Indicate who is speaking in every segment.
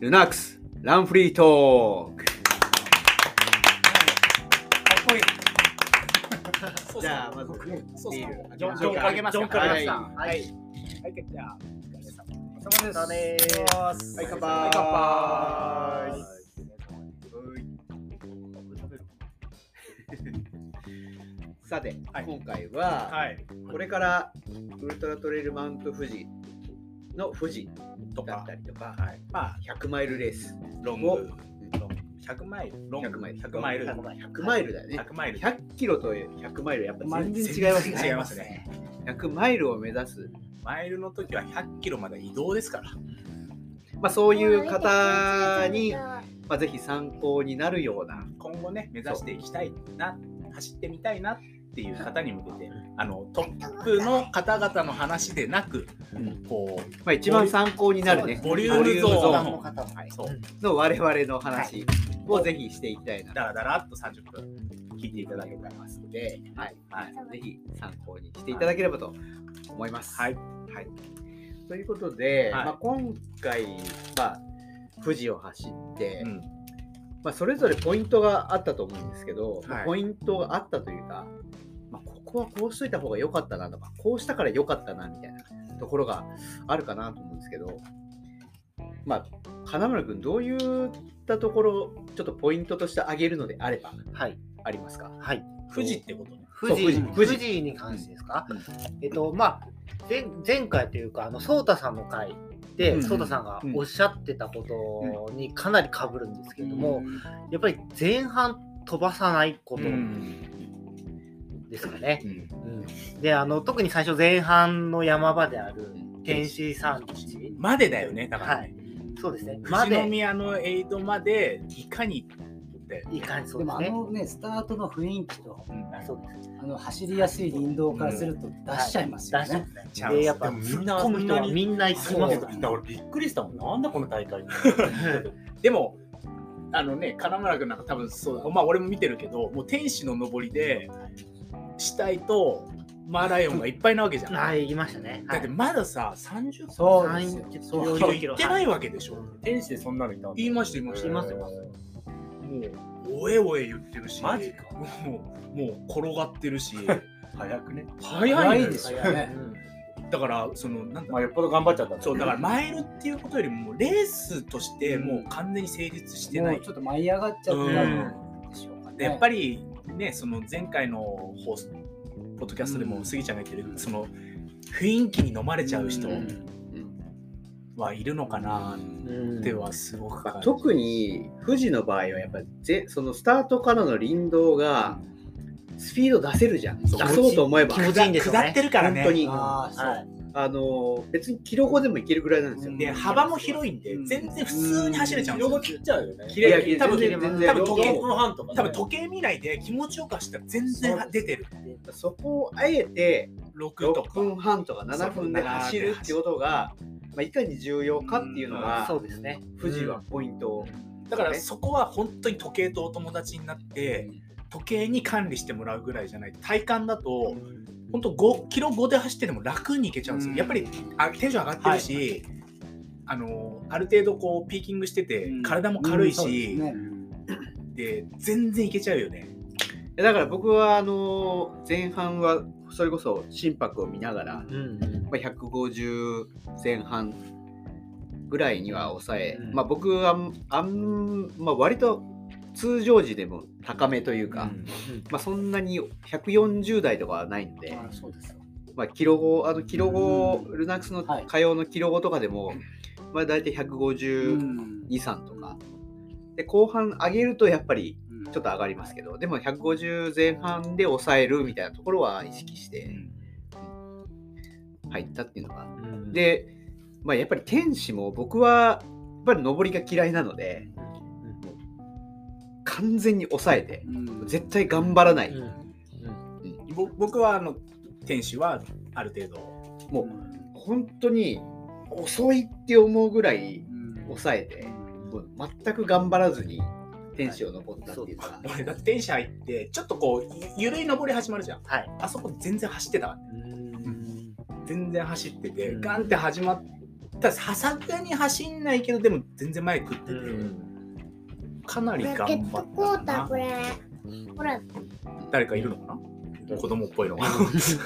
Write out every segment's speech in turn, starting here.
Speaker 1: ルナックスランフリートーク
Speaker 2: っこいい。
Speaker 1: じゃあまず
Speaker 2: そうそう
Speaker 1: ビール
Speaker 2: ジョン
Speaker 1: 開けましょうジョン
Speaker 2: ジョン開けましょう
Speaker 1: から
Speaker 2: はい
Speaker 1: ジョン
Speaker 2: はい。はい。じゃあ、お疲れ様お疲れ様
Speaker 1: お疲れ様
Speaker 2: です。
Speaker 1: はい乾
Speaker 2: はい
Speaker 1: 杯
Speaker 2: 乾杯
Speaker 1: さて、
Speaker 2: はい
Speaker 1: 今回は、
Speaker 2: はい。
Speaker 1: これからウルトラトレイルマウント富士の富士
Speaker 2: と
Speaker 1: だっ
Speaker 2: か
Speaker 1: た。りとか
Speaker 2: はい。まあ、
Speaker 1: 100マイルレース
Speaker 2: ロン
Speaker 1: を
Speaker 2: グ。ロング100マイル。ロング
Speaker 1: 100マイル
Speaker 2: 100マイル。
Speaker 1: 100マイルだよね
Speaker 2: 100マイル。
Speaker 1: 100キロと100マイルやっぱ全然違います
Speaker 2: 全然違い
Speaker 1: ね
Speaker 2: ますね。
Speaker 1: 100マイルを目指す、
Speaker 2: マイルの時は100キロまで移動ですから。
Speaker 1: まあ、そういう方に、まあ、ぜひ参考になるような
Speaker 2: 今後ね、目指していきたいな、走ってみたいなっていう方に向けて、あの、トップの方々の話でなく、こう、
Speaker 1: まあ、一番参考になるね、
Speaker 2: ボリュームゾ
Speaker 1: ボ
Speaker 2: ーン
Speaker 1: リュームゾ
Speaker 2: そう。
Speaker 1: ーンの我々の話をぜひしていきたいな、
Speaker 2: だらだらっと30分聞いていただければと思いますので、
Speaker 1: はい
Speaker 2: はい、
Speaker 1: ぜひ参考にしていただければと思います。
Speaker 2: はい
Speaker 1: はいということで、
Speaker 2: はい
Speaker 1: まあ、今回、まあ、富士を走って、
Speaker 2: うん
Speaker 1: まあ、それぞれポイントがあったと思うんですけど、まあポイントがあったというか、まあ、ここはこうしといた方が良かったなとかこうしたから良かったなみたいなところがあるかなと思うんですけど、まあ、金村君どういったところちょっとポイントとして挙げるのであれば
Speaker 3: はい、
Speaker 1: ありますか
Speaker 3: はい、
Speaker 2: 富士ってことね。
Speaker 3: 富
Speaker 1: そう富士
Speaker 3: 士
Speaker 1: 富
Speaker 3: 富
Speaker 1: 士
Speaker 3: 士に関してですか、
Speaker 2: うん
Speaker 3: えっとまあ前前回というかあのソータさんの回で、
Speaker 1: うん
Speaker 3: ソータさんがおっしゃってたことにかなり被るんですけれども、やっぱり前半飛ばさないことですかね、
Speaker 2: うん
Speaker 3: うんであの特に最初前半の山場である天使山地
Speaker 2: までだよね、だからね。
Speaker 3: そうですねま
Speaker 2: 富士
Speaker 3: で
Speaker 2: 宮のエイドまでいかにって。
Speaker 3: いい感じそう
Speaker 4: で
Speaker 3: です
Speaker 4: も
Speaker 3: ね
Speaker 4: あのね、スタートの雰囲気と、
Speaker 3: あそうです
Speaker 4: あの走りやすい林道からすると出しちゃいますよ
Speaker 3: 出しちゃい
Speaker 4: ね
Speaker 3: ま。すね
Speaker 2: チャンス
Speaker 3: でやっぱ
Speaker 5: でもみ
Speaker 3: 突っ
Speaker 5: んな
Speaker 3: 込む人はみんな行き
Speaker 5: そう
Speaker 3: ま
Speaker 5: ですす
Speaker 3: か
Speaker 5: だ
Speaker 3: ら
Speaker 5: から俺びっくりしたもんなんだこの大会
Speaker 2: でも、あのね、金村君なんか多分そうだ、まあ俺も見てるけど、もう天使の登りで、死体とマーライオンがいっぱいなわけじゃん。
Speaker 3: はい、行きましたね。
Speaker 2: だってまださ、30分
Speaker 4: そうですよ。
Speaker 3: 30
Speaker 2: 以上行ってない
Speaker 3: わ。
Speaker 2: わけでしょ。
Speaker 5: 天使でそんなのいたんだ
Speaker 2: 言いました、言いました。
Speaker 3: いますよ
Speaker 2: もう、おえおえ言ってるし、
Speaker 5: マジか
Speaker 2: もう、もう転がってるし、
Speaker 5: 早くね
Speaker 2: 早い
Speaker 4: 早
Speaker 2: の
Speaker 4: い
Speaker 2: よ
Speaker 4: ですよね。
Speaker 2: だから、その、なんだ
Speaker 5: まあよっぽど頑張っちゃったんね
Speaker 2: そうだからマイルっていうことよりももうレースとしてもう完全に成立してな
Speaker 4: も
Speaker 2: い、
Speaker 4: うちょっと舞い上がっちゃったんでしょうか
Speaker 2: で
Speaker 4: ね。
Speaker 2: やっぱりねその前回の放送ポッドキャストでもスギちゃんが言ってる、その雰囲気に飲まれちゃう人
Speaker 3: うん
Speaker 2: はいるのかな
Speaker 3: うん
Speaker 2: ってはすごく感じる
Speaker 1: 特に富士の場合はやっぱぜそのスタートからの林道がスピード出せるじゃん出
Speaker 2: そう
Speaker 1: そうと思えば
Speaker 3: 気持ちいいんですよね
Speaker 2: 下ってるからね
Speaker 1: 本当に
Speaker 4: ああ、そう。
Speaker 2: は
Speaker 1: あの別にキロ5でもいけるぐらいなんですよ、
Speaker 2: で幅も広いんで全然普通に走れちゃうんです
Speaker 5: 色
Speaker 2: よ
Speaker 5: が切っちゃうよね
Speaker 2: 切れ
Speaker 1: いや
Speaker 2: 多分
Speaker 1: 全然全然
Speaker 2: 多分時計
Speaker 5: 4分半とかね
Speaker 2: 多分時計見ないで気持ちよく走ったら全然出てる
Speaker 1: そこをあえて
Speaker 2: 6
Speaker 1: 6
Speaker 2: とか
Speaker 1: 分半とか7分で走るっていうことが、まあ、いかに重要かっていうのが
Speaker 3: そうですね。
Speaker 1: 富士はポイント
Speaker 2: だからそこは本当に時計とお友達になって時計に管理してもらうぐらいじゃない体感だと本当5キロ5で走ってても楽に行けちゃうんですよやっぱりあテンション上がってるし、あのある程度こうピーキングしてて
Speaker 5: うん
Speaker 2: 体も軽い
Speaker 4: うんそうです
Speaker 2: し、
Speaker 4: ね
Speaker 2: で全然いけちゃうよね
Speaker 1: えだから僕はあの前半はそれこそ心拍を見ながら、
Speaker 3: うん。
Speaker 1: まあ、150前半ぐらいには抑え、
Speaker 3: うん
Speaker 1: まあ、僕はあんあん、まあ、割と通常時でも高めというか、まあ、そんなに140台とかはないんで、
Speaker 4: あそうですよ。
Speaker 1: まあ、キロ5あのキロ5、ルナックスの
Speaker 4: はい
Speaker 1: 火曜のキロ5とかでも、まあ、大体
Speaker 4: う
Speaker 1: 152、
Speaker 4: ん。
Speaker 1: 3とか。で後半上げるとやっぱり
Speaker 4: うん
Speaker 1: ちょっと上がりますけどでも150前半で抑えるみたいなところは意識して入ったっていうのが
Speaker 3: うん、
Speaker 1: で、まあ、やっぱり天使も僕はやっぱり登りが嫌いなので完全に抑えて
Speaker 4: うん
Speaker 1: 絶対頑張らない、
Speaker 3: うん、
Speaker 2: ぼ僕はあの天使はある程度
Speaker 1: もう本当に遅いって思うぐらい
Speaker 4: うん
Speaker 1: 抑えてもう全く頑張らずに天使を登ったっていうか、
Speaker 2: 俺だって天使入ってちょっとこうゆゆるい登り始まるじゃん
Speaker 3: はい。
Speaker 2: あそこ全然走ってたから
Speaker 3: うん
Speaker 2: 全然走ってて、
Speaker 3: うん
Speaker 2: ガンって始まったださすがに走んないけどでも全然前食ってて、
Speaker 5: うん
Speaker 2: かなり
Speaker 6: ラ
Speaker 2: 頑
Speaker 6: ケッ
Speaker 2: 張
Speaker 6: ト
Speaker 2: っ
Speaker 6: コ
Speaker 2: た
Speaker 6: ーター
Speaker 2: な
Speaker 6: これほら
Speaker 2: 誰かいるのかな子供っぽいのが
Speaker 1: そうですね。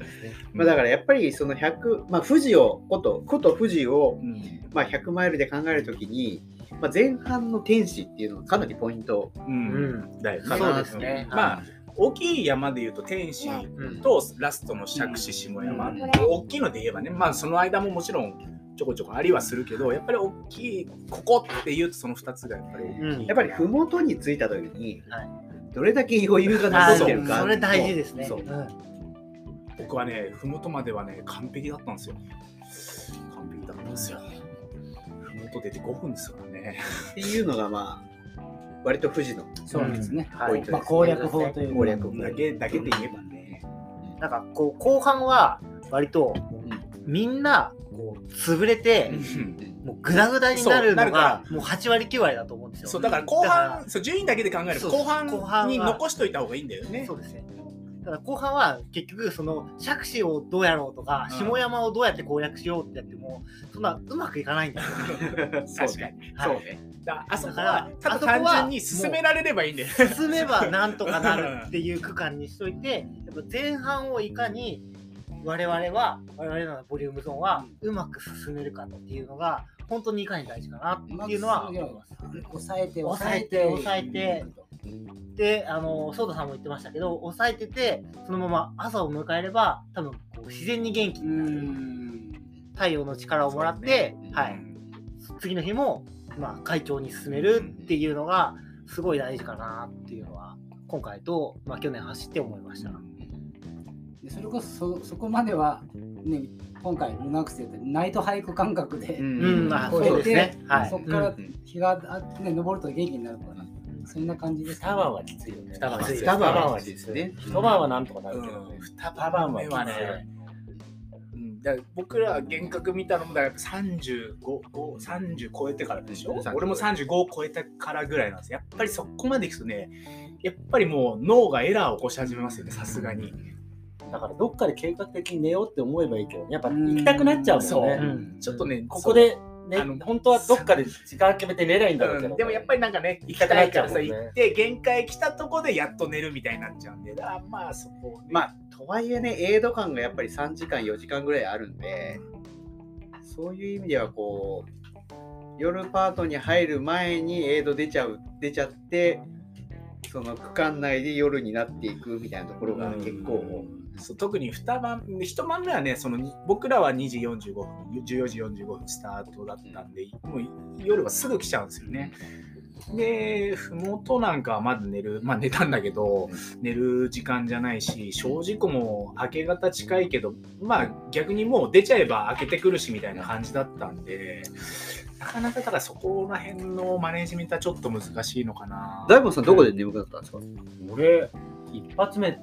Speaker 1: まあだからやっぱりその100、まあ富士を、こと、こと富士を
Speaker 2: うん
Speaker 1: まあ、100マイルで考えるときに、まあ、前半の天使っていうのがかなりポイント
Speaker 2: うんだよね
Speaker 1: そう
Speaker 3: ですね
Speaker 2: まあ大きい山でいうと天使
Speaker 3: うん
Speaker 2: とラストの釈子下山、
Speaker 6: うん
Speaker 2: 大きいので言えばねまあその間ももちろんちょこちょこありはするけどやっぱり大きいここっていうとその2つがやっぱり大きい、
Speaker 3: うん
Speaker 1: やっぱり麓に着いたときに
Speaker 3: はい
Speaker 1: どれだけ余裕が残
Speaker 3: あー
Speaker 1: っ
Speaker 3: そ
Speaker 1: てるか
Speaker 3: うそれ大事ですね。
Speaker 1: そう
Speaker 3: うん
Speaker 2: 僕はね麓まではね完璧だったんですよ完璧だったんですよ麓出て5分ですからね
Speaker 1: っていうのがまあ割と富士の
Speaker 4: そうですね。
Speaker 3: はい
Speaker 4: まあ、攻略法というか
Speaker 1: 攻略法
Speaker 2: だけだけで言えばね
Speaker 3: なんかこう後半は割とみんなこう潰れてもうグダグダになる
Speaker 2: そうなるか
Speaker 3: のがもう8割9割だと思うんですよ。
Speaker 2: そうだから後
Speaker 3: だ
Speaker 2: 半
Speaker 3: か
Speaker 2: そう順位だけで考えると
Speaker 3: そう
Speaker 2: 後
Speaker 3: 後半
Speaker 2: 半
Speaker 3: は
Speaker 2: に残しといた方がいいんだよね
Speaker 3: そうですね。ただ後半は結局その釈子をどうやろうとか、
Speaker 2: うん
Speaker 3: 下山をどうやって攻略しようってやってもそんなうまくいかないんだよ。
Speaker 2: 確かに
Speaker 3: はい
Speaker 2: だからあそこ
Speaker 3: だから
Speaker 2: はただ
Speaker 3: あそこは
Speaker 2: 単純に進められればいいんだよね
Speaker 3: 進めばなんとかなるっていう区間にしといてやっぱ前半をいかに我々は我々のボリュームゾーンはうまく進めるかっていうのが本当にいかに大事かなっていうのは思います。
Speaker 4: 抑えて、
Speaker 3: 抑
Speaker 4: 抑
Speaker 3: え
Speaker 4: え
Speaker 3: て
Speaker 4: て、
Speaker 3: 抑えてであのソーダさんも言ってましたけど抑えててそのまま朝を迎えれば多分こう自然に元気
Speaker 4: うー
Speaker 3: になる
Speaker 4: ん。
Speaker 3: 太陽の力をもらって、はい、次の日も、まあ、快調に進めるっていうのがすごい大事かなっていうのは今回と、まあ、去年走って思いました。
Speaker 4: でそれこそそ、そこまでは、ね、今回、ルナックスでやったナイト俳句感覚で、
Speaker 3: うん、
Speaker 1: ん
Speaker 3: あ
Speaker 4: こう
Speaker 3: そうですね。はい。
Speaker 4: そこから
Speaker 1: うん
Speaker 4: 日があ、ね、登ると元気になるから、そんな感じです、
Speaker 5: 二晩はきついよね。
Speaker 3: 二晩はきつい
Speaker 1: 二晩はですね
Speaker 5: 一晩はなんとかなるけどね。
Speaker 2: 二
Speaker 5: 晩は
Speaker 2: 目はね、うん、だから僕ら幻覚見たのもだからやっぱ35 5 30超えてからでしょ、
Speaker 1: うん
Speaker 2: 俺も35を超えてからぐらいなんですやっぱりそこまでいくとねやっぱりもう脳がエラーを起こし始めますよねさすがに
Speaker 5: だからどっかで計画的に寝ようって思えばいいけど、やっぱ行きたくなっちゃうもんね。
Speaker 3: うん
Speaker 2: ちょっとね
Speaker 5: ここで、ね
Speaker 2: あの、
Speaker 5: 本当はどっかで時間決めて寝ないいんだろうけ
Speaker 2: う
Speaker 5: ど、
Speaker 2: ん、でもやっぱりなんかね行きたいからさ、行って限界来たとこでやっと寝るみたいになっちゃうんでだからまあそこをね
Speaker 1: まあとはいえねエ度ド感がやっぱり3時間4時間ぐらいあるんでそういう意味ではこう夜パートに入る前にエ度ド出ちゃう出ちゃってその区間内で夜になっていくみたいなところが結構、
Speaker 2: そう特に2晩1晩目はねその僕らは2時45分14時45分スタートだったんでもう夜はすぐ来ちゃうんですよね。で麓なんかはまだ寝るまあ寝たんだけど寝る時間じゃないし正直もう明け方近いけどまあ逆にもう出ちゃえば明けてくるしみたいな感じだったんでなかなかだからそこら辺のマネジメントはちょっと難しいのかな。
Speaker 1: 大門さんどこで眠くなったんですか
Speaker 5: 俺、一発目、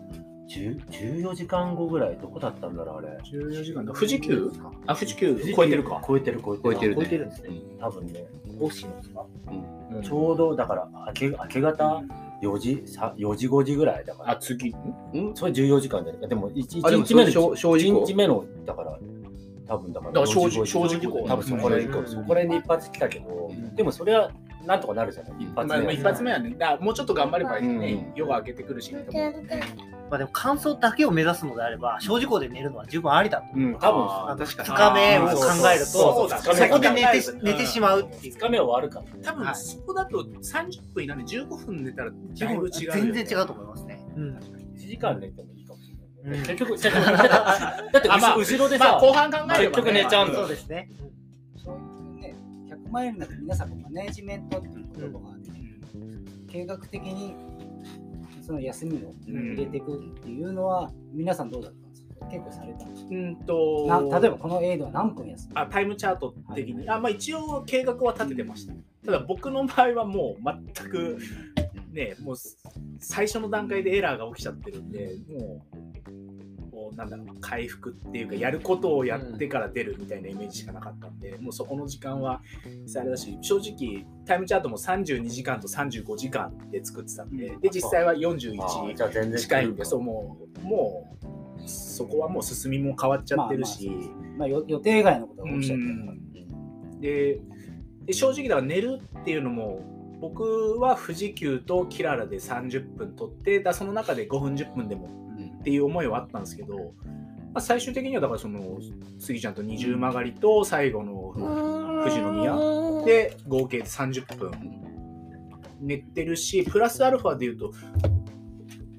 Speaker 5: 10 14時間後ぐらい、どこだったんだろう、あれ。
Speaker 2: 14時間だ富士急あ富士急超えてるか。
Speaker 5: 超えてる、超えてる。
Speaker 1: 超えてるね
Speaker 5: 超えてるんですね。多分ね、5時のですか、
Speaker 2: うん
Speaker 5: ちょうど、だから明け、明け方4時、さ4時、5時ぐらいだから。
Speaker 2: あ次
Speaker 5: それ14時間じゃないでも 1,
Speaker 1: あでも
Speaker 5: 日目の
Speaker 1: そう小小事故
Speaker 5: 1日目のだから多分だから
Speaker 2: だから小事小
Speaker 5: 小事故
Speaker 2: 事故
Speaker 5: 多分そこら辺、
Speaker 3: うん
Speaker 5: そこら辺に一発来たけど、
Speaker 1: うん
Speaker 5: でもそれはなんとかなるじゃない一発
Speaker 2: ま
Speaker 5: 目
Speaker 2: あ、
Speaker 5: は、
Speaker 2: まあ一発目はね、だからもうちょっと頑張ればね
Speaker 5: う、ん
Speaker 2: 夜が明けてくるし、
Speaker 6: 抜け抜け
Speaker 3: まあでも感想だけを目指すのであれば、小事故で寝るのは十分ありだと。
Speaker 2: うん、
Speaker 5: 多分
Speaker 1: あー確かに
Speaker 3: 2日目を考える
Speaker 2: そ
Speaker 3: と
Speaker 2: うだ、
Speaker 3: そこで寝て
Speaker 2: うん
Speaker 3: 寝てしまうっていう
Speaker 5: 2。日目は終わるから
Speaker 2: 多分、
Speaker 3: はい
Speaker 2: そこだと30分いらない、15分寝たらだいぶ違うよね、
Speaker 3: 全然違うと思いますね。うん。
Speaker 5: 1時間寝てもいいかもしれない、
Speaker 3: うん
Speaker 5: 結局結局 だって
Speaker 2: あまあ
Speaker 5: 後ろで
Speaker 2: まあ、
Speaker 5: さ、
Speaker 2: 後半考えれば、ね、
Speaker 5: 結局寝ちゃうんだ
Speaker 3: そうですね。
Speaker 4: そういうね、100マイルなんて皆さんマネージメントっていう言葉があって、計画的にその休みを入れていくっていうのは、皆さんどうだったんですか結構されたんです
Speaker 2: うん
Speaker 4: か
Speaker 2: と
Speaker 4: な例えばこのエイドは何分休む
Speaker 2: あタイムチャート的に、あまあ、一応計画は立ててました、ただ僕の場合はもう全くねもう最初の段階でエラーが起きちゃってるんでもうこうなんだろう回復っていうかやることをやってから出るみたいなイメージしかなかったんで、もうそこの時間はあれだし正直タイムチャートも32時間と35時間で作ってたんで,、で実際は
Speaker 5: あー
Speaker 2: 41
Speaker 5: じゃあ全然
Speaker 2: 近いんでそうもうもうそこはもう進みも変わっちゃってるし、
Speaker 4: まあ、よ予定外のことが
Speaker 2: う
Speaker 4: 起きちゃってるから。
Speaker 2: んでで正直だから寝るっていうのも僕は富士急とキララで30分撮ってだその中で5分10分でもっていう思いはあったんですけど、まあ、最終的にはだからそのスギちゃんと二重曲がりと最後の富士宮で合計で30分寝てるしプラスアルファでいうと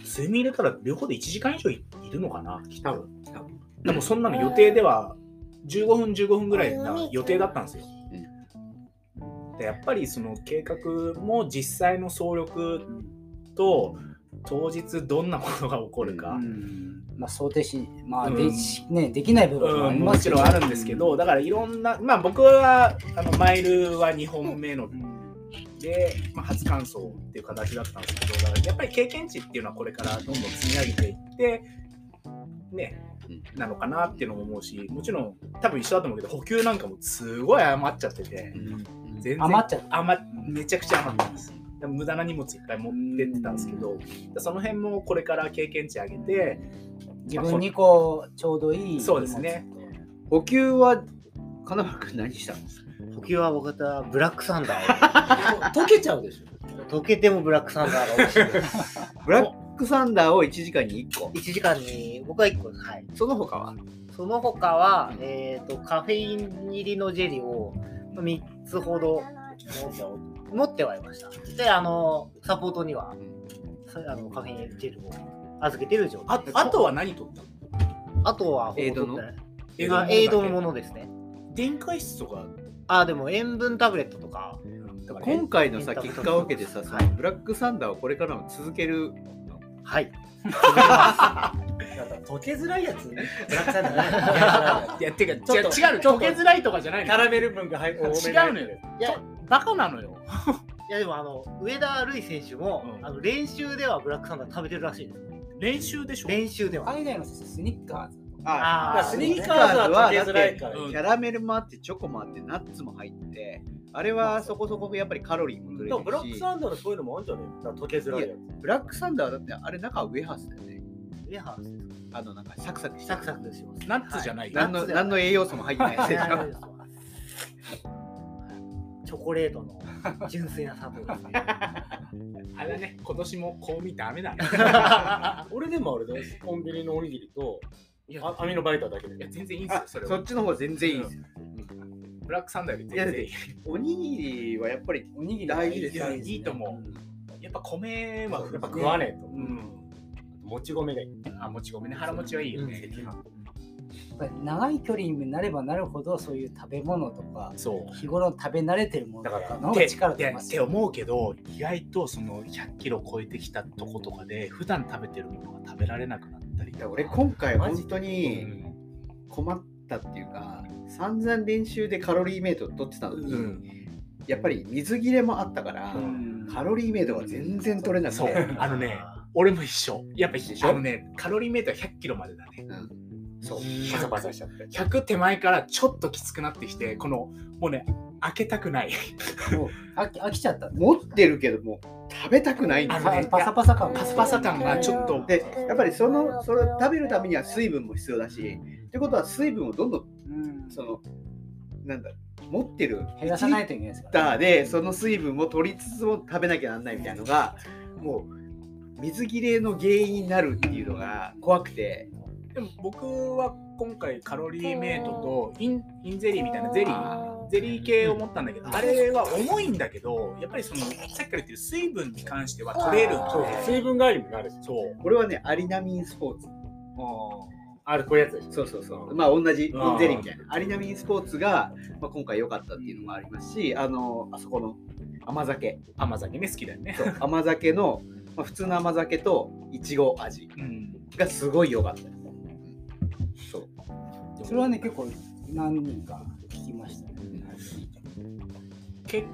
Speaker 2: 睡眠入れたら両方で1時間以上いいるのかな
Speaker 1: 多分多分
Speaker 2: でもそんなの予定では15分15分ぐらいな予定だったんですよ。でやっぱりその計画も実際の総力と当日どんなことが起こるか、
Speaker 4: まあ、想定し、まあ
Speaker 2: うん
Speaker 4: でしね、できない部分もあ
Speaker 2: う
Speaker 4: り
Speaker 2: ん、
Speaker 4: ま
Speaker 2: も
Speaker 4: す
Speaker 2: ち
Speaker 4: け
Speaker 2: ろ
Speaker 4: ど
Speaker 2: んあるんですけどだからいろんなまあ僕はあのマイルは2本目ので、まあ、初完走っていう形だったんですけどだからやっぱり経験値っていうのはこれからどんどん積み上げていってねなのかなっていうのも思うしもちろん多分一緒だと思うけど補給なんかもすごい余っちゃってて全然
Speaker 4: 余っちゃう。
Speaker 2: 余っめちゃくちゃ余ったんですで無駄な荷物いっぱい持ってってたんですけどその辺もこれから経験値上げて
Speaker 4: 自分にこう、ちょうどいい。
Speaker 2: そうですね。
Speaker 1: 補給は金丸君何したんですか
Speaker 3: 補給は僕はブラックサンダー
Speaker 1: 溶けちゃうでしょ
Speaker 3: を溶けてもブラックサンダーが美味しいです
Speaker 1: ブラックサンダーを1時間に1個
Speaker 3: 1時間に僕は1個ですはい
Speaker 1: その他は
Speaker 3: その他は、えー、とカフェイン入りのジェリーを3つほど持ってはいましたであのサポートにはさあのカフェイン入りジェリーを預けてる状態
Speaker 2: ああとは何取ったの
Speaker 3: あとは
Speaker 1: エイドの
Speaker 3: ほぼ取ってないまあエイドのものですね
Speaker 2: 電解質とか
Speaker 3: あでも塩分タブレットとか
Speaker 1: 今回のさ
Speaker 3: エンタメ
Speaker 1: 結果を受けてさそ
Speaker 3: はい
Speaker 1: のブラックサンダーをこれからも続ける
Speaker 3: はい
Speaker 5: 溶けづらいやつ
Speaker 2: いやてか
Speaker 5: ちょっと
Speaker 2: 違う違うの溶けづらいとかじゃないの
Speaker 5: キャラメル分が入って
Speaker 2: 違うのよ
Speaker 3: いや
Speaker 2: バカなのよ
Speaker 3: いやでもあの上田瑠衣選手も、
Speaker 2: うん
Speaker 3: あの練習ではブラックサンダー食べてるらしいです
Speaker 2: 練習でしょ
Speaker 3: 練習では
Speaker 4: 海外のスニッカーズ。
Speaker 3: あー
Speaker 5: スニーカーズは溶けづらいから
Speaker 1: キャラメルもあってチョコもあってナッツも入ってあれはそこそこやっぱりカロリーも取
Speaker 5: で
Speaker 1: れ
Speaker 5: もブラ
Speaker 1: る
Speaker 5: ック
Speaker 1: し
Speaker 5: サンダーのそういうのもあるんじゃないだから溶けづらいや
Speaker 1: ブラックサンダーはだってあれ中はウェハースだよね
Speaker 3: いや
Speaker 1: あのなんかサクサクして
Speaker 3: サ
Speaker 1: る
Speaker 3: クサクします
Speaker 2: ナッツじゃないよ
Speaker 1: 何の何の栄養素も入ってないやつでしょ
Speaker 3: チョコレートの純粋な砂糖ですね。
Speaker 2: あれだね今年もこう見ダメだね
Speaker 5: つ俺でもあれだよコンビニのおにぎりとあアミノバイターだけ
Speaker 2: い
Speaker 5: で
Speaker 2: や全然いいんです
Speaker 1: あ
Speaker 2: よそれ
Speaker 1: そ
Speaker 2: は
Speaker 1: っちの方が全然いいですよ
Speaker 2: ブラックサンダーより全然いい
Speaker 1: おにぎりはやっぱり
Speaker 4: おにぎり
Speaker 1: 大事です
Speaker 2: い
Speaker 1: よ
Speaker 2: や
Speaker 1: ね
Speaker 2: いいと思うやっぱ米は
Speaker 5: やっぱ食わねえと
Speaker 2: うん
Speaker 5: もち米がいい
Speaker 2: あもち米ね腹持ちはいいよね
Speaker 4: やっぱり長い距離になればなるほど、そういう食べ物とか、
Speaker 2: そう
Speaker 4: 日頃食べ慣れてるものとかの方
Speaker 2: て
Speaker 4: が力出
Speaker 2: て
Speaker 4: ます
Speaker 2: て
Speaker 4: よ。
Speaker 2: 思うけど意外とその100キロ超えてきたとことかで普段食べてるものが食べられなくなったり
Speaker 1: いや俺今回本当
Speaker 2: う
Speaker 1: に
Speaker 2: ん
Speaker 1: 困ったっていうか散々練習でカロリーメイト取ってたのに、
Speaker 2: うん
Speaker 1: やっぱり水切れもあったから、
Speaker 4: うん
Speaker 1: カロリーメイトが全然取れなくて、
Speaker 2: そうあのね俺も一緒やっぱ一緒あのねカロリーメーター100キロまでだね
Speaker 1: そう
Speaker 5: パサパサしちゃって
Speaker 2: 100手前からちょっときつくなってきてこのもうね開けたくない
Speaker 4: 飽き飽きちゃったんだ。
Speaker 1: 持ってるけどもう食べたくないんだ
Speaker 2: あのね
Speaker 1: よ
Speaker 4: パ
Speaker 1: ね。
Speaker 4: パサパサ感
Speaker 2: パサパサ感がちょっと
Speaker 1: でやっぱりそのそれを食べるためには水分も必要だしってことは水分をどんどん
Speaker 4: うん
Speaker 1: そのなんだ持ってる
Speaker 4: 減らさないといけないですか
Speaker 1: リッ
Speaker 4: ら
Speaker 1: ターでその水分を取りつつも食べなきゃなんないみたいなのがもう水切れの原因になるっていうのが怖くて
Speaker 2: でも僕は今回カロリーメイトとインインゼリーみたいなゼリーゼリー系を持ったんだけど、あれは重いんだけどやっぱりそのさっきから言ってる水分に関しては取れる
Speaker 5: そう水分帰りもあるし
Speaker 2: そう
Speaker 1: 俺はねアリナミンスポーツ
Speaker 5: あるこういうやつでしょ
Speaker 1: そうそうそうまあ同じイ
Speaker 2: うん
Speaker 1: ンゼリーみたいなアリナミンスポーツが、まあ、今回良かったっていうのもありますしあのあそこの甘酒
Speaker 2: 甘酒ね好きだよね、
Speaker 1: そう甘酒の、まあ、普通の甘酒といちご味
Speaker 2: うん、
Speaker 1: がすごい良かったですそう
Speaker 4: それはね、結構何人か聞きましたね。
Speaker 2: 結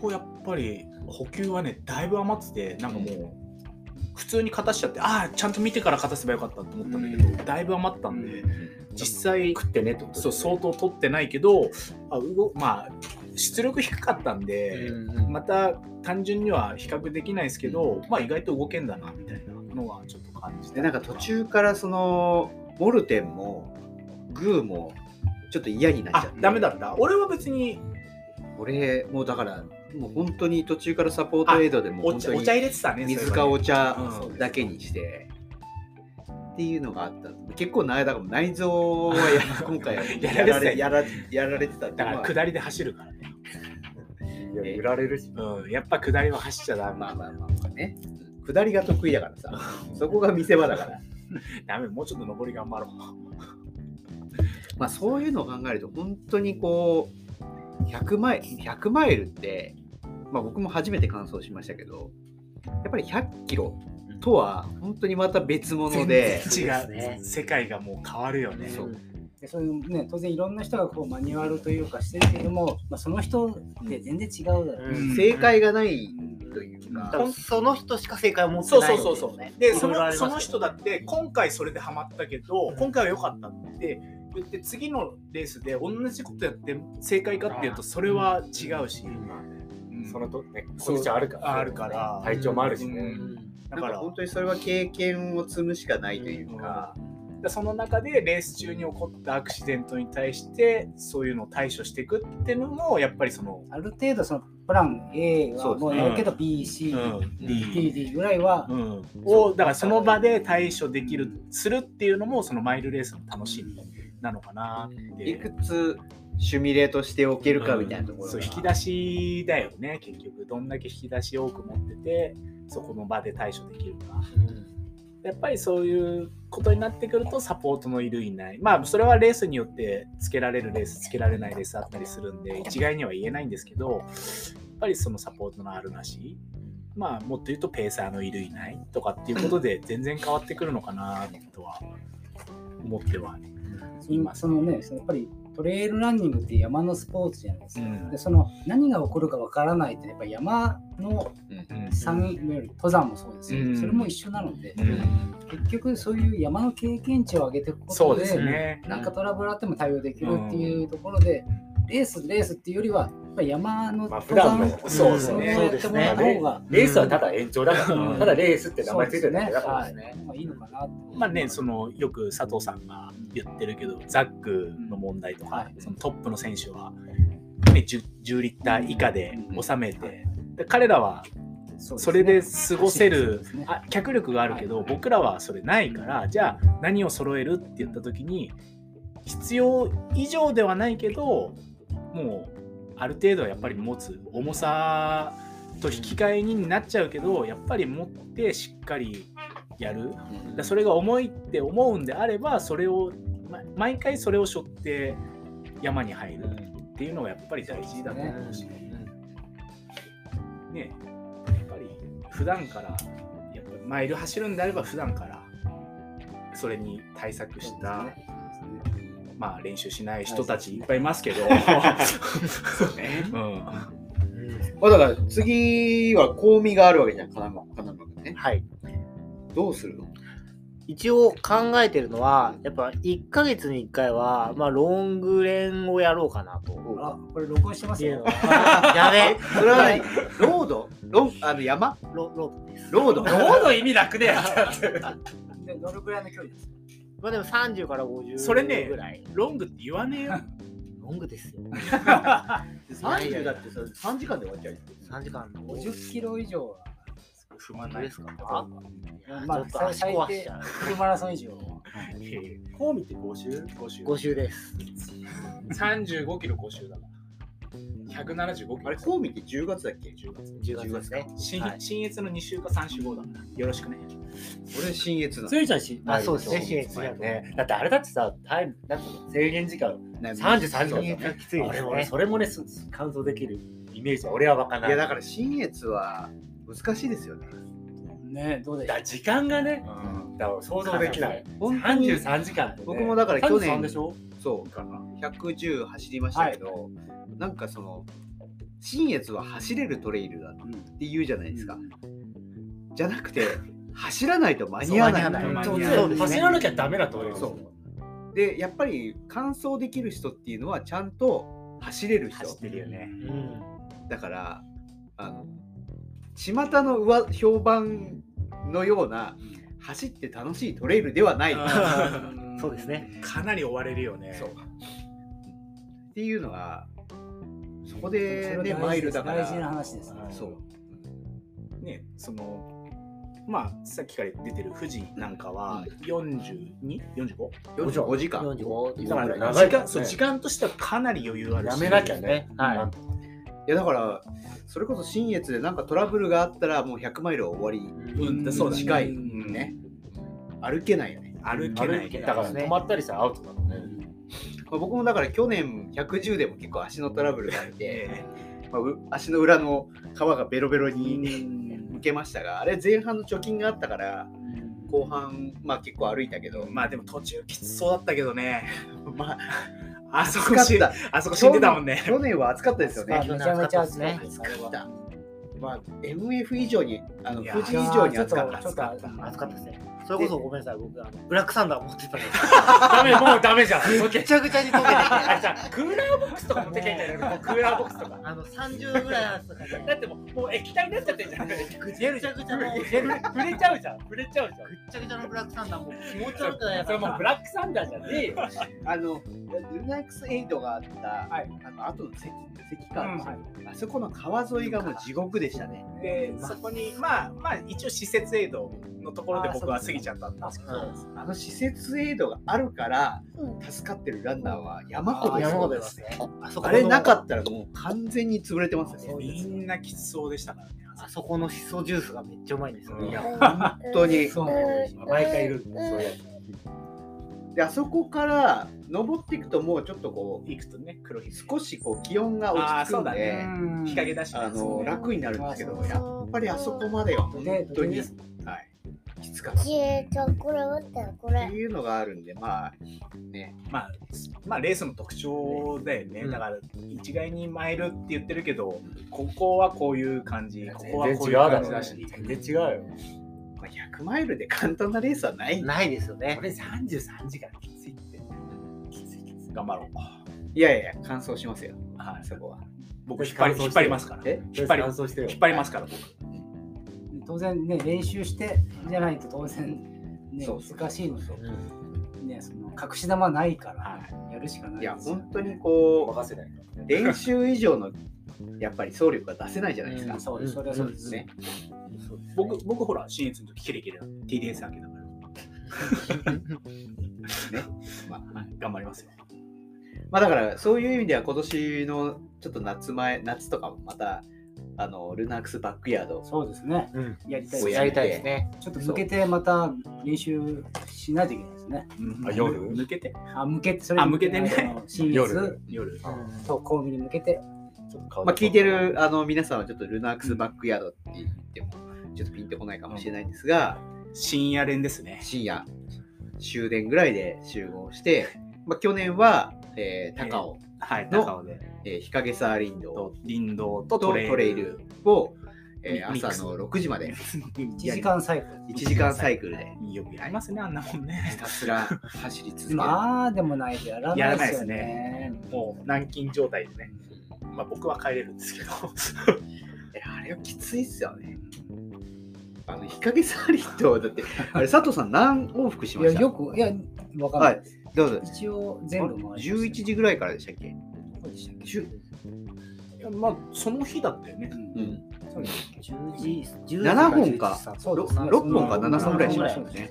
Speaker 2: 構やっぱり補給はねだいぶ余っててなんかもう普通に勝たしちゃってああちゃんと見てから勝たせばよかったと思ったんだけど、だいぶ余ったんで、実際
Speaker 5: 食ってねってこと
Speaker 2: そう相当取ってないけどあ動まあ出力低かったん で、また単純には比較できないですけど、まあ意外と動けんだなみたいなのはちょっと感じて
Speaker 1: でなんか途中からそのモルテンもグーもちょっと嫌になっちゃ
Speaker 2: あ
Speaker 1: っ、て
Speaker 2: ダメだった。俺は別に
Speaker 1: 俺もうだからもう本当に途中からサポートエイドでも
Speaker 2: お
Speaker 1: 本
Speaker 2: 茶
Speaker 1: 当
Speaker 2: お
Speaker 1: に
Speaker 2: 茶入れてたね。
Speaker 1: 水か
Speaker 2: を
Speaker 1: お茶
Speaker 2: うん
Speaker 1: だけにしてっていうのがあった結構なだから内臓はや今回は
Speaker 2: や
Speaker 1: やら
Speaker 2: られてた
Speaker 1: れやらやられてたって
Speaker 2: だ
Speaker 1: いうの
Speaker 2: から
Speaker 1: は
Speaker 2: 下りで走るからね。
Speaker 5: いや、揺られるし。
Speaker 2: うん、やっぱ下りは走っちゃダメ。
Speaker 1: まあまあまあまあね下りが得意だからさそこが見せ場だから
Speaker 2: ダメ、もうちょっと上り頑張ろう。
Speaker 1: まあそういうのを考えると本当にこう100マイ100マイルって、まあ、僕も初めて完走しましたけどやっぱり100キロとは本当にまた別物で
Speaker 2: 全然違う、
Speaker 3: そうですね
Speaker 2: 世界がもう変わるよね。
Speaker 1: そう
Speaker 4: でそういうね、当然いろんな人がこうマニュアルというかしてるけども、まあ、その人って全然違うだろう、
Speaker 2: うん
Speaker 1: 正解がないという
Speaker 2: うん
Speaker 1: か、
Speaker 3: 多分その人しか正解を持って
Speaker 2: そう
Speaker 3: ない
Speaker 2: そ
Speaker 3: ん
Speaker 2: う
Speaker 3: で
Speaker 2: そうそう。
Speaker 3: い
Speaker 2: で、
Speaker 3: ろい
Speaker 2: そ
Speaker 3: ろあ
Speaker 2: の
Speaker 3: ります
Speaker 2: そ
Speaker 3: よ
Speaker 2: の人だって、今回それでハマったけど、今回は良かったって言って、次のレースで同じことやって正解かっていうと、それは違うし、
Speaker 5: まあ
Speaker 2: うん
Speaker 5: そのとね、コンディションあるから。
Speaker 2: あるから。
Speaker 5: 体調もあるしね。
Speaker 2: だ
Speaker 1: だか
Speaker 2: からら
Speaker 1: 本当にそれは経験を積むしかないというか、
Speaker 2: でその中でレース中に起こったアクシデントに対してそういうのを対処していくっていうのもやっぱりその、
Speaker 4: ある程度そのプラン A
Speaker 1: そう
Speaker 4: は
Speaker 1: です
Speaker 4: も
Speaker 1: ね
Speaker 4: うやるけど B、C、D、D ぐらいは、
Speaker 2: うん、をだからその場で対処できる、するっていうのもそのマイルレースの楽しみなのかなって
Speaker 1: いくつシミュレートしておけるかみたいなところが、
Speaker 2: そう引き出しだよね結局どんだけ引き出し多く持っててそこの場で対処できるか、やっぱりそういうことになってくるとサポートのいるいないまあそれはレースによってつけられるレースつけられないレースあったりするんで一概には言えないんですけどやっぱりそのサポートのあるなしまあもっと言うとペーサーのいるいないとかっていうことで全然変わってくるのかなとは思ってはね、
Speaker 4: 今そのね、そのやっぱりトレイルランニングって山のスポーツじゃないです
Speaker 2: う
Speaker 4: か。
Speaker 2: ん
Speaker 4: でその何が起こるかわからないってやっぱり山の
Speaker 2: うん
Speaker 4: 山いわゆる登山もそうですよ、
Speaker 2: うん
Speaker 4: それも一緒なので、
Speaker 2: うん
Speaker 4: 結局そういう山の経験値を上げていくこ
Speaker 2: そ
Speaker 4: と
Speaker 2: うで
Speaker 4: です
Speaker 2: ね、
Speaker 4: なんかトラブルあっても対応できるっていうところで、レースレースっていうよりはやっぱり山の
Speaker 5: まあ、普
Speaker 4: 登
Speaker 5: 段
Speaker 4: 山、
Speaker 5: の、そうです
Speaker 4: そう
Speaker 5: ね。
Speaker 4: やってもらった方が、
Speaker 5: レースはただ延長だから、
Speaker 2: うん
Speaker 5: ただレースって名
Speaker 4: そう
Speaker 5: 前
Speaker 4: で
Speaker 5: つい
Speaker 4: す
Speaker 5: てるだ
Speaker 4: ね
Speaker 5: けだから
Speaker 4: は。い、まあいいのかなって
Speaker 2: まあね、そのよく佐藤さんが言ってるけど、ザックの問題とか、
Speaker 4: はい
Speaker 2: そのトップの選手は、ね、10, 10リッター以下で収めて、で彼らは
Speaker 4: そうす
Speaker 2: そ
Speaker 4: ね
Speaker 2: れで過ごせる
Speaker 4: 走りそうですね
Speaker 2: あ脚力があるけど、僕らはそれないから、じゃあ何を揃えるって言った時に、必要以上ではないけど、もうある程度はやっぱり持つ重さと引き換えになっちゃうけど、やっぱり持ってしっかりやる。だからそれが重いって思うんであればそれをま毎回それを背負って山に入るっていうのがやっぱり大事だと思うしねねやっぱり普段からやっぱマイル走るんであれば普段からそれに対策した、まあ練習しない人たちいっぱいいますけど、うん
Speaker 1: まあ、だから次は香味があるわけじゃん金山金山君ね
Speaker 3: はい
Speaker 1: どうするの
Speaker 3: 一応考えてるのはやっぱ1ヶ月に1回は、まあ、ロングレンをやろうかなと
Speaker 4: あこれ録音してます
Speaker 3: いうの
Speaker 4: よ。
Speaker 3: はやべえ
Speaker 1: それは何ロードロンあの山
Speaker 3: ロロープ
Speaker 1: ロード
Speaker 5: どうの意味楽 で。
Speaker 4: でどれくらいの距離ですか
Speaker 3: まあでも30から50
Speaker 2: それね
Speaker 3: ぐらい
Speaker 2: ロングって言わねえよ。
Speaker 3: ロングですよ
Speaker 1: 30だってさ3時間で終わっちゃうよ
Speaker 3: 3時間の
Speaker 4: ?50 キロ以上は、
Speaker 2: 踏ま
Speaker 3: 本当
Speaker 2: ない
Speaker 3: で。すかいや
Speaker 4: ま
Speaker 3: ちょ
Speaker 4: あ
Speaker 3: っと足壊しちゃう
Speaker 4: フルマラソン以上。
Speaker 5: コーミって五周五周。
Speaker 3: 5周です
Speaker 2: 35キロ5周だから175キロ
Speaker 1: あれ香味って10月だっけ
Speaker 2: 10月
Speaker 3: 10月ですね
Speaker 2: 新,、
Speaker 3: はい
Speaker 2: 新越の2週か3週後だからよろしくね
Speaker 1: 俺新越な
Speaker 5: つゆちゃんし、
Speaker 3: あそうですね
Speaker 5: そうですよね。だってあれだってさ、タイム、なんていうの制限時間。
Speaker 1: の
Speaker 5: 三十三時間
Speaker 1: い
Speaker 5: だ
Speaker 3: きつい
Speaker 5: あ
Speaker 3: で
Speaker 5: れ
Speaker 3: す
Speaker 5: 俺
Speaker 3: ね
Speaker 5: それもね、すす感想できるイメージは俺はわかんない。
Speaker 1: やだから新越は難しいですよね
Speaker 4: ねどうでしょ
Speaker 5: だ時間がね、だから想像できない。
Speaker 1: 本当
Speaker 5: 三
Speaker 1: に
Speaker 5: 十三時間ってね。
Speaker 1: 僕もだから去
Speaker 5: 33
Speaker 1: 年
Speaker 5: でしょ。
Speaker 1: そうかな110走りましたけど、なんかその新越は走れるトレイルだって言うじゃないですか、じゃなくて走らないと間に合わない
Speaker 3: そう間に合わない
Speaker 1: そう
Speaker 2: いや
Speaker 5: そうですね走らなきゃダメだと思う。
Speaker 1: そうでやっぱり完走できる人っていうのはちゃんと走れる人
Speaker 2: 走ってるよね
Speaker 3: うん
Speaker 1: だからあの巷の上評判のような走って楽しいトレイルではない
Speaker 2: うんん
Speaker 3: そうですね。
Speaker 2: かなり追われるよね。
Speaker 1: そうっていうのがそこでね
Speaker 4: それは
Speaker 1: マ
Speaker 4: 大
Speaker 1: イ
Speaker 4: 事で
Speaker 1: ル
Speaker 4: す
Speaker 1: だから
Speaker 4: 大事な話ですね
Speaker 1: そう
Speaker 2: ね、その、まあ、さっきから出てる富士なんかは、42?45?
Speaker 1: 45時間
Speaker 3: 45
Speaker 1: っていう
Speaker 5: だから
Speaker 1: ぐい
Speaker 5: 長
Speaker 2: 時
Speaker 5: いから
Speaker 2: 間
Speaker 5: ね
Speaker 2: そう時間としてはかなり余裕あるし
Speaker 5: やめなきゃね。
Speaker 3: はい
Speaker 5: なん
Speaker 1: いやだからそれこそ新越でなんかトラブルがあったらもう100マイルは終わり
Speaker 2: うん
Speaker 1: に
Speaker 2: そうだね
Speaker 1: 近い
Speaker 2: うん
Speaker 1: ね歩けないよね、
Speaker 2: 歩けない
Speaker 5: 歩け
Speaker 2: ね
Speaker 5: だから止まったりしたらアウトだもんね。
Speaker 1: まあ、僕もだから去年110でも結構足のトラブルがあって、
Speaker 2: え
Speaker 1: まあう足の裏の皮がベロベロ
Speaker 2: え
Speaker 1: に向けましたがあれ前半の貯金があったから後半まあ結構歩いたけど
Speaker 2: まあでも途中きつそうだったけどね。
Speaker 1: まあ
Speaker 2: あそ
Speaker 1: 暑
Speaker 2: こ
Speaker 1: かっ
Speaker 2: し、
Speaker 1: た
Speaker 2: あそこ死んでたもんね。
Speaker 1: 去年は暑かったですよ
Speaker 4: まあ
Speaker 1: ね
Speaker 4: めちゃめちゃ暑かったで
Speaker 1: 暑
Speaker 4: すね
Speaker 1: かったまあ MF 以上にあの
Speaker 2: いや
Speaker 1: 富士以上に暑かっ
Speaker 4: ち
Speaker 1: た
Speaker 4: ょっと
Speaker 3: 暑かったですね。それこそごめんなさい、僕、あのブラックサンダー持っ てたんです
Speaker 5: ダメ、もうダメじゃん。溶
Speaker 3: ぐ
Speaker 5: け
Speaker 3: ちゃぐちゃに溶けてて、
Speaker 5: あじゃあクーラーボックスとか持ってきゃいけないんだよ。クーラーボックスとか。
Speaker 3: あの30度ぐらいのやつとかで、
Speaker 5: だってもうもう液体になっちゃってんじゃん。
Speaker 3: ぐちゃぐちゃぐちゃの、ぐっ
Speaker 5: 触れ触れちゃうじゃん。触れちゃうじゃん。
Speaker 3: ちゃぐちゃのブラックサンダーも気持ち悪くないや
Speaker 5: そ
Speaker 3: つ。
Speaker 5: れもうブラックサンダーじゃねえよ。
Speaker 1: あのルナックス8があった、
Speaker 5: はい
Speaker 1: あの後の関関川ですよあそこの川沿いがもう地獄でしたね
Speaker 2: で、そこに、まあまあ一応施設エイドのところで僕は過ぎちゃったんだ。
Speaker 1: あの施設エイドがあるから
Speaker 6: う
Speaker 1: 助かってるランナーは山ほどい
Speaker 3: 山
Speaker 1: そ
Speaker 3: ほ
Speaker 1: う
Speaker 3: どい
Speaker 1: で
Speaker 3: ますすね。あそこ
Speaker 1: あ
Speaker 3: の
Speaker 1: れなかったらもう完全に潰れてますよね
Speaker 2: みんなきつそうでしたからね。
Speaker 3: あそこのシソジュースがめっちゃうまいんですよね。
Speaker 2: いや
Speaker 1: 本当に
Speaker 6: う
Speaker 5: 毎回いる。そういうやつ
Speaker 1: であそこから登っていくともうちょっとこう
Speaker 2: 行くとね、黒ひ
Speaker 1: 少しこう気温が落ち着くんであ、
Speaker 2: 日陰だしね、
Speaker 1: の楽になるんですけど
Speaker 4: あ
Speaker 1: や
Speaker 4: そ
Speaker 1: っぱりあそこまでは本
Speaker 4: で
Speaker 1: 当に、
Speaker 4: で
Speaker 1: は
Speaker 4: す
Speaker 1: い、きつかったっ
Speaker 6: えー、じゃあこれ待ってこ
Speaker 1: て
Speaker 6: れ。
Speaker 1: いうのがあるんでまあ
Speaker 2: まあ、まあレースの特徴だよね、
Speaker 3: うん
Speaker 2: だから一概にマイルって言ってるけどここはこういう感じここは
Speaker 5: 全
Speaker 2: こう
Speaker 5: 然違
Speaker 2: いう
Speaker 5: うだ
Speaker 2: 感じ
Speaker 5: ろ
Speaker 2: だ
Speaker 5: う
Speaker 2: し、
Speaker 5: ね。全然違うよ。
Speaker 1: まあ100マイルで簡単なレースはない
Speaker 3: ないですよね
Speaker 5: こ。れ33時間きついって。
Speaker 2: 頑張ろう
Speaker 1: いやいや完走しますよ
Speaker 2: はい
Speaker 1: そこは
Speaker 2: 僕引っ張り引っ張りますから
Speaker 1: え
Speaker 2: 引っ張り
Speaker 5: 乾燥してよ
Speaker 2: 引っ。張りますから僕
Speaker 4: 当然ね練習してじゃないと当然ね
Speaker 1: そうそう
Speaker 4: 難しいのとねその隠し玉ないか
Speaker 2: は
Speaker 4: らやるしかない
Speaker 1: いや
Speaker 4: ですよ
Speaker 1: 本当にこ
Speaker 5: 任せないからね
Speaker 1: う練習以上のやっぱり総力が出せないじゃないですか、
Speaker 3: うん
Speaker 4: そうですそれはそうです
Speaker 1: ね
Speaker 4: ね、
Speaker 2: 僕僕ほら新越の時キレキレだ TDS 明けだから
Speaker 1: まあ、
Speaker 2: はい頑張りますよ
Speaker 1: まあだからそういう意味では今年のちょっと夏前夏とかもまたあのルナックスバックヤード
Speaker 4: そうですね
Speaker 3: うん。
Speaker 4: やりたい
Speaker 1: そう
Speaker 4: です
Speaker 1: やりたいです
Speaker 3: ね。
Speaker 4: ちょっと向けてまた練習しないといけないですね
Speaker 5: あ夜
Speaker 2: 抜けて
Speaker 4: あ向けてそれ
Speaker 2: あ向けてね
Speaker 4: あの新
Speaker 5: 夜
Speaker 4: 越
Speaker 2: 夜
Speaker 4: とコンビに向けて
Speaker 1: まあ、聞いてるあの皆さんはちょっとルナックスバックヤードって言ってもちょっとピンとこないかもしれないんですが、
Speaker 2: 深夜練ですね
Speaker 1: 深夜終電ぐらいで集合して、まあ、去年は、えー、高尾、
Speaker 2: はい
Speaker 1: の
Speaker 2: 高尾で
Speaker 1: えー日陰沢林道
Speaker 2: と林道
Speaker 1: と
Speaker 2: と
Speaker 1: ト
Speaker 2: ト
Speaker 1: レ
Speaker 2: レ
Speaker 1: イ
Speaker 2: イ
Speaker 1: ル
Speaker 2: ル
Speaker 1: を、えー
Speaker 2: ミミックス
Speaker 1: 朝の6時まで
Speaker 4: 1時間最後
Speaker 1: 1時間サイクルで
Speaker 2: よくやりますねあんなもんね
Speaker 1: ひ たすら走り続ける。
Speaker 4: まあでもないとやら
Speaker 2: やら
Speaker 4: ないで
Speaker 2: ないですす
Speaker 4: よ
Speaker 2: ね
Speaker 4: ね。
Speaker 2: もう軟禁状態でね。まあ僕は帰れるんですけど。
Speaker 1: えあれはきついっすよね。あの日陰沢林道だってあれ佐藤さん何往復しま
Speaker 4: い
Speaker 1: した
Speaker 4: やよくいやわかんないです、
Speaker 1: どうぞ
Speaker 4: 一応全部回りました
Speaker 1: 11時ぐらいからでしたっけ、
Speaker 4: どこでしたっけ
Speaker 1: じゅ
Speaker 2: まあその日だったよね
Speaker 4: う。
Speaker 1: うんん、
Speaker 4: そうですっけ
Speaker 3: 10時、10
Speaker 1: 7本か
Speaker 4: そう
Speaker 1: ろ
Speaker 4: で
Speaker 1: 6
Speaker 4: すね
Speaker 1: 本か7本ぐらいしましたよ
Speaker 4: そう
Speaker 1: ね。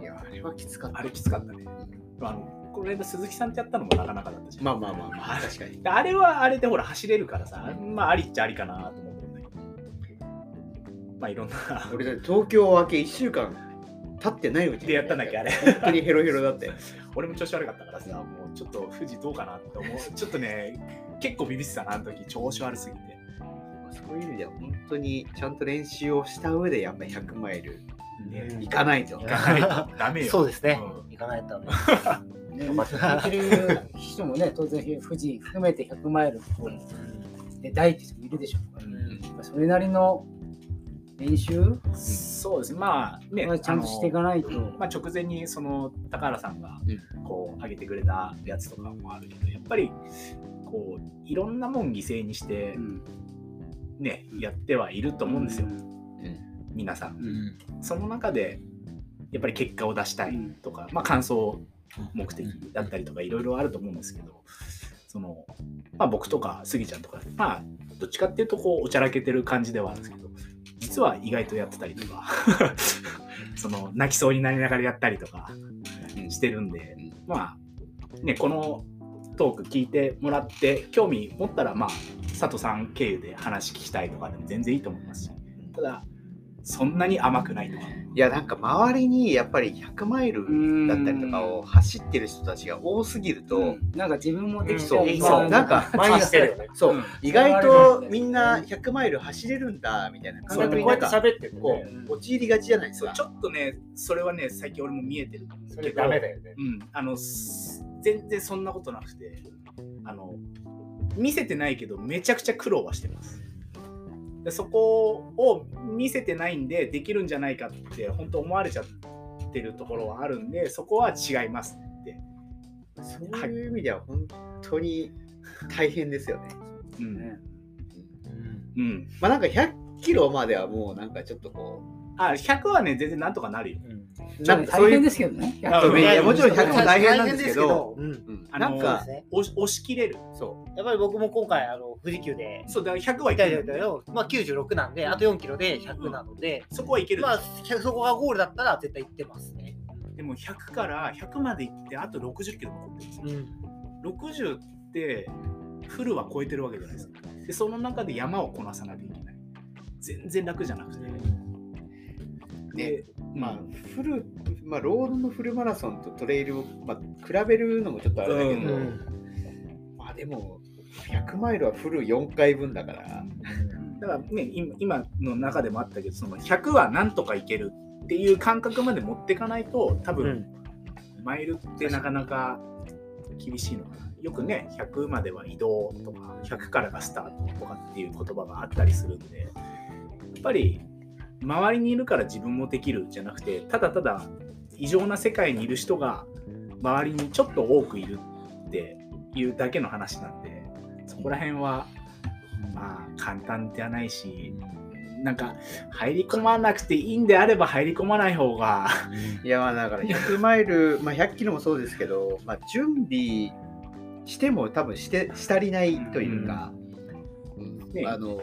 Speaker 1: いや、あれはきつかった。
Speaker 2: あれきつかったね。あのこれで鈴木さんってやったのもなかなかだったじゃん。
Speaker 1: まあまあまあまあ、確かに。
Speaker 2: であれはあれでほら走れるからさ、まあありっちゃありかなとも思うんだけど。まあいろんな
Speaker 1: 俺だって東京明け1週間経ってないうち
Speaker 2: でやったんだっけあれ。
Speaker 1: 本当にヘロヘロだって。
Speaker 2: 俺も調子悪かったからさ、もうちょっと富士どうかなって思う。ちょっとね結構ビビってたなあの時調子悪すぎて。
Speaker 1: そういう意味では本当にちゃんと練習をした上でやっぱり100マイル
Speaker 2: ね
Speaker 1: 行かないと。
Speaker 2: 行かないとダメよ。
Speaker 3: そうですね
Speaker 2: う。
Speaker 3: 行かないとね。
Speaker 4: ね聞いてる人もね、当然、富士含めて100マイルで大って人もいるでしょうから、
Speaker 2: うん
Speaker 4: やっぱそれなりの練習
Speaker 2: そうですね。まあね
Speaker 4: はちゃんとしていかないと、
Speaker 2: まあ、直前にその高原さんが
Speaker 1: う
Speaker 2: こう上げてくれたやつとかもあるけどやっぱりこういろんなもん犠牲にして
Speaker 4: うん
Speaker 2: ね、やってはいると思うんですよ、
Speaker 4: うん
Speaker 2: 皆さん。
Speaker 4: うん
Speaker 2: その中でやっぱり結果を出したいとか、まあ、感想目的だったりとかいろいろあると思うんですけどその、まあ、僕とかスギちゃんとか、まあ、どっちかっていうとこうおちゃらけてる感じではあるんですけど実は意外とやってたりとか その泣きそうになりながらやったりとかしてるんでまあねこのトーク聞いてもらって興味持ったらまあ佐藤さん経由で話聞きたいとかでも全然いいと思いますしただそんなに甘くないとか。
Speaker 1: いやなんか周りにやっぱり100マイルだったりとかを走ってる人たちが多すぎると、
Speaker 4: なんか自分もでき
Speaker 1: そう
Speaker 4: い
Speaker 1: そうなんか
Speaker 3: マイナスだよね。
Speaker 1: そう、
Speaker 2: うん
Speaker 1: 意外とみんな100マイル走れるんだみたいな
Speaker 3: そうや
Speaker 1: 感
Speaker 3: っ
Speaker 1: 覚
Speaker 3: て
Speaker 1: に
Speaker 3: こう
Speaker 1: な
Speaker 3: や
Speaker 1: ん
Speaker 3: っ
Speaker 1: か
Speaker 3: て喋って
Speaker 1: こ
Speaker 3: るとね、
Speaker 1: う陥りがちじゃないです
Speaker 2: そう
Speaker 1: か
Speaker 2: ち。ょっとねそれはね最近俺も見えてる
Speaker 3: それダメだよね。
Speaker 2: うん、あのす全然そんなことなくてあの見せてないけどめちゃくちゃ苦労はしてますでそこを見せてないんでできるんじゃないかって本当思われちゃってるところはあるんでそこは違いますって、
Speaker 1: そういう意味では本当に大変ですよね。
Speaker 2: うんうん、
Speaker 1: まあなんか100キロまではもうなんかちょっとこ
Speaker 2: あ100はね全然なんとかなるよ
Speaker 1: う、
Speaker 4: な
Speaker 1: なんん
Speaker 4: か
Speaker 1: かそう
Speaker 4: 大
Speaker 1: い
Speaker 4: 変
Speaker 1: う、
Speaker 4: ですけどね。
Speaker 2: あ
Speaker 1: そういやもちろん
Speaker 4: 100
Speaker 1: 100も大変なんですけど、
Speaker 3: うん
Speaker 1: うん
Speaker 2: あ
Speaker 1: な
Speaker 2: の
Speaker 1: ん
Speaker 3: そうで
Speaker 1: か
Speaker 3: す、ね。
Speaker 2: 押し押し切れる
Speaker 1: そう、
Speaker 3: やっぱり僕も今回、あの、富士急で、
Speaker 2: そうだから100はい
Speaker 3: 痛
Speaker 2: け
Speaker 3: いだ
Speaker 2: るん
Speaker 3: け
Speaker 2: だよ
Speaker 3: ど、まあ96なんで、あと4キロで100なので、
Speaker 2: そこはいける、
Speaker 3: まあ、100そこがゴールだったら絶対行ってますね。
Speaker 2: でも100から100まで行ってあと60キロ残ってるんですよ
Speaker 3: うん。
Speaker 2: 60ってフルは超えてるわけじゃないですかでその中で山をこなさなきゃいけない全然楽じゃなくて、で
Speaker 1: まあ
Speaker 2: ま
Speaker 1: フル、まあロードのフルマラソンとトレイルを、まあ、比べるのもちょっとあれだけど、
Speaker 3: うん
Speaker 1: まあでも100マイルはフル4回分だから
Speaker 2: あ、だからね今今の中でもあったけどその100はなんとかいけるっていう感覚まで持っていかないと多分、マイルってなかなか厳しいのかなよくね100までは移動とか100からがスタートとかっていう言葉があったりするんでやっぱり周りにいるから自分もできるじゃなくてただただ異常な世界にいる人が周りにちょっと多くいるっていうだけの話なんでそこら辺はまあ簡単ではないしなんか入り込まなくていいんであれば入り込まない方が
Speaker 1: いやまあだから100マイル、 まあ、100キロもそうですけど、まあ、準備しても多分してし足りないというか、
Speaker 2: ね
Speaker 1: あの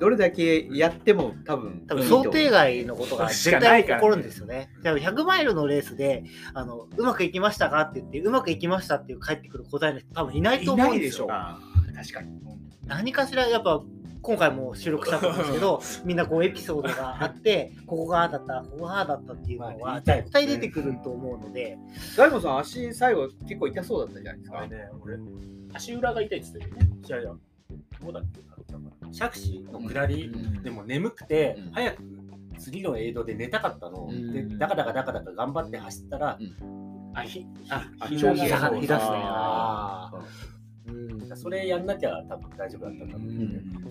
Speaker 1: どれだけやっても多分
Speaker 3: 多分想定外のことが絶対起こるんですよね。多分100マイルのレースであのうまくいきましたかって言ってうまくいきましたっていう返ってくる答えの人多分いないと思うんですよ。
Speaker 2: いない
Speaker 1: あ確かに
Speaker 3: 何かしらやっぱ今回も収録したと思うんですけどみんなこうエピソードがあってここがああだったここがああだったっていうの
Speaker 5: まあ
Speaker 3: は
Speaker 5: 言いたい
Speaker 3: 絶対出てくると思うので、
Speaker 1: 大門さん足最後結構痛そうだったじゃないですか、
Speaker 5: あれね、俺、足裏が痛いって言ってたよね。いやいや、どうだっけなシャクシーの下り、
Speaker 1: うん
Speaker 5: でも眠くて、
Speaker 1: うん
Speaker 5: 早く次のエイドで寝たかったの。
Speaker 1: うん
Speaker 5: で、ダカダカダカダカ頑張って走ったら、
Speaker 1: う
Speaker 5: あ、ひ、あ、
Speaker 1: あ
Speaker 5: 膝
Speaker 1: ひ
Speaker 3: ざ
Speaker 5: そう
Speaker 3: ひざっすね
Speaker 5: あー
Speaker 3: うん
Speaker 5: それやんなきゃ多分大丈夫だったんだろうね
Speaker 1: うん
Speaker 5: だか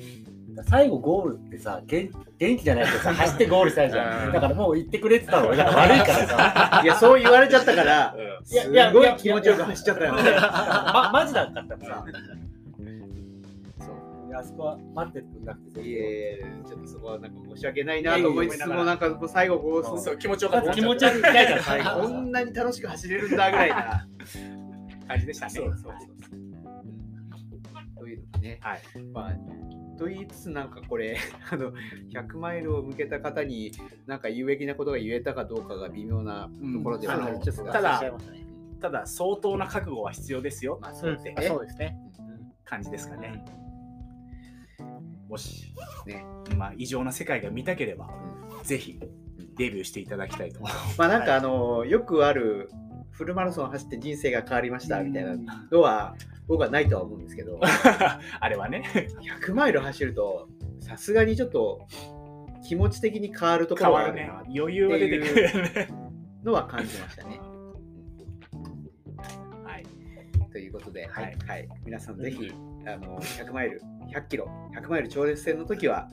Speaker 5: ら最後ゴールってさ、元元気じゃないとさ、走ってゴールしたいじゃん。だからもう行ってくれって言ったの俺だから悪いから さ。
Speaker 1: いやそう言われちゃったから
Speaker 5: い
Speaker 1: す
Speaker 5: やいや
Speaker 1: ごい気持ちよく走っちゃったよね
Speaker 5: ま、マジだったからさ。
Speaker 1: そう
Speaker 5: あそこは待ってくんなくて
Speaker 1: いやいやいやちょっとそこはなんか申し訳ないなと思いつつもなんかこう最後こう
Speaker 5: そ う
Speaker 2: そう気持ちよかった
Speaker 5: 気持ち悪い痛いから
Speaker 1: 最
Speaker 5: 最
Speaker 1: 後こ
Speaker 5: 後。
Speaker 1: んなに楽しく走れるんだぐらいな
Speaker 2: 感じでしたね。
Speaker 1: そうそうというのがね、
Speaker 2: はい
Speaker 1: まあ、と言いつつなんかこれ あの100マイルを向けた方になんか有益なことが言えたかどうかが微妙なところではあるんですが、
Speaker 2: ただ
Speaker 3: おっしゃいましたね
Speaker 2: ただ相当な覚悟は必要ですよ
Speaker 1: まあそううんですね
Speaker 3: あそうですね。
Speaker 2: 感じですかね。もし、
Speaker 1: ね
Speaker 2: まあ異常な世界が見たければ、ぜひデビューしていただきたいと思います。
Speaker 1: まあなんかあのよくあるフルマラソン走って人生が変わりましたみたいなのは僕はないとは思うんですけど
Speaker 2: あれはね、
Speaker 1: 100マイル走るとさすがにちょっと気持ち的に変わるとこ
Speaker 2: 変
Speaker 1: ろ
Speaker 2: わ
Speaker 1: があ
Speaker 2: る
Speaker 1: る
Speaker 2: ね
Speaker 1: な。
Speaker 2: 余裕は出てくるよね。
Speaker 1: のは感じましたね。
Speaker 2: はい。
Speaker 1: ということで、
Speaker 2: は
Speaker 1: はいい、皆さんぜひ、あの100マイル、100キロ、100マイル超熱戦の時は、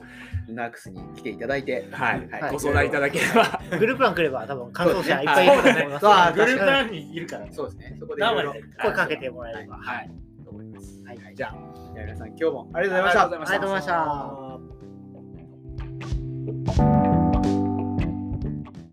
Speaker 1: ナークスに来ていただいて、
Speaker 2: はい。
Speaker 1: はい
Speaker 2: ご相談いただければ。
Speaker 3: グループラン来れば多分感想者いっぱいいると思います。
Speaker 1: そうだね
Speaker 5: グループランにいるからね。
Speaker 1: そうですね、そこでいろ
Speaker 5: 生
Speaker 1: いろ
Speaker 5: で。
Speaker 3: 声かけてもらえれば。
Speaker 2: はい。
Speaker 1: と思います。
Speaker 3: はい
Speaker 1: じゃあ、じゃあ皆さん今日もありがとうございました。
Speaker 3: ありがとうございました。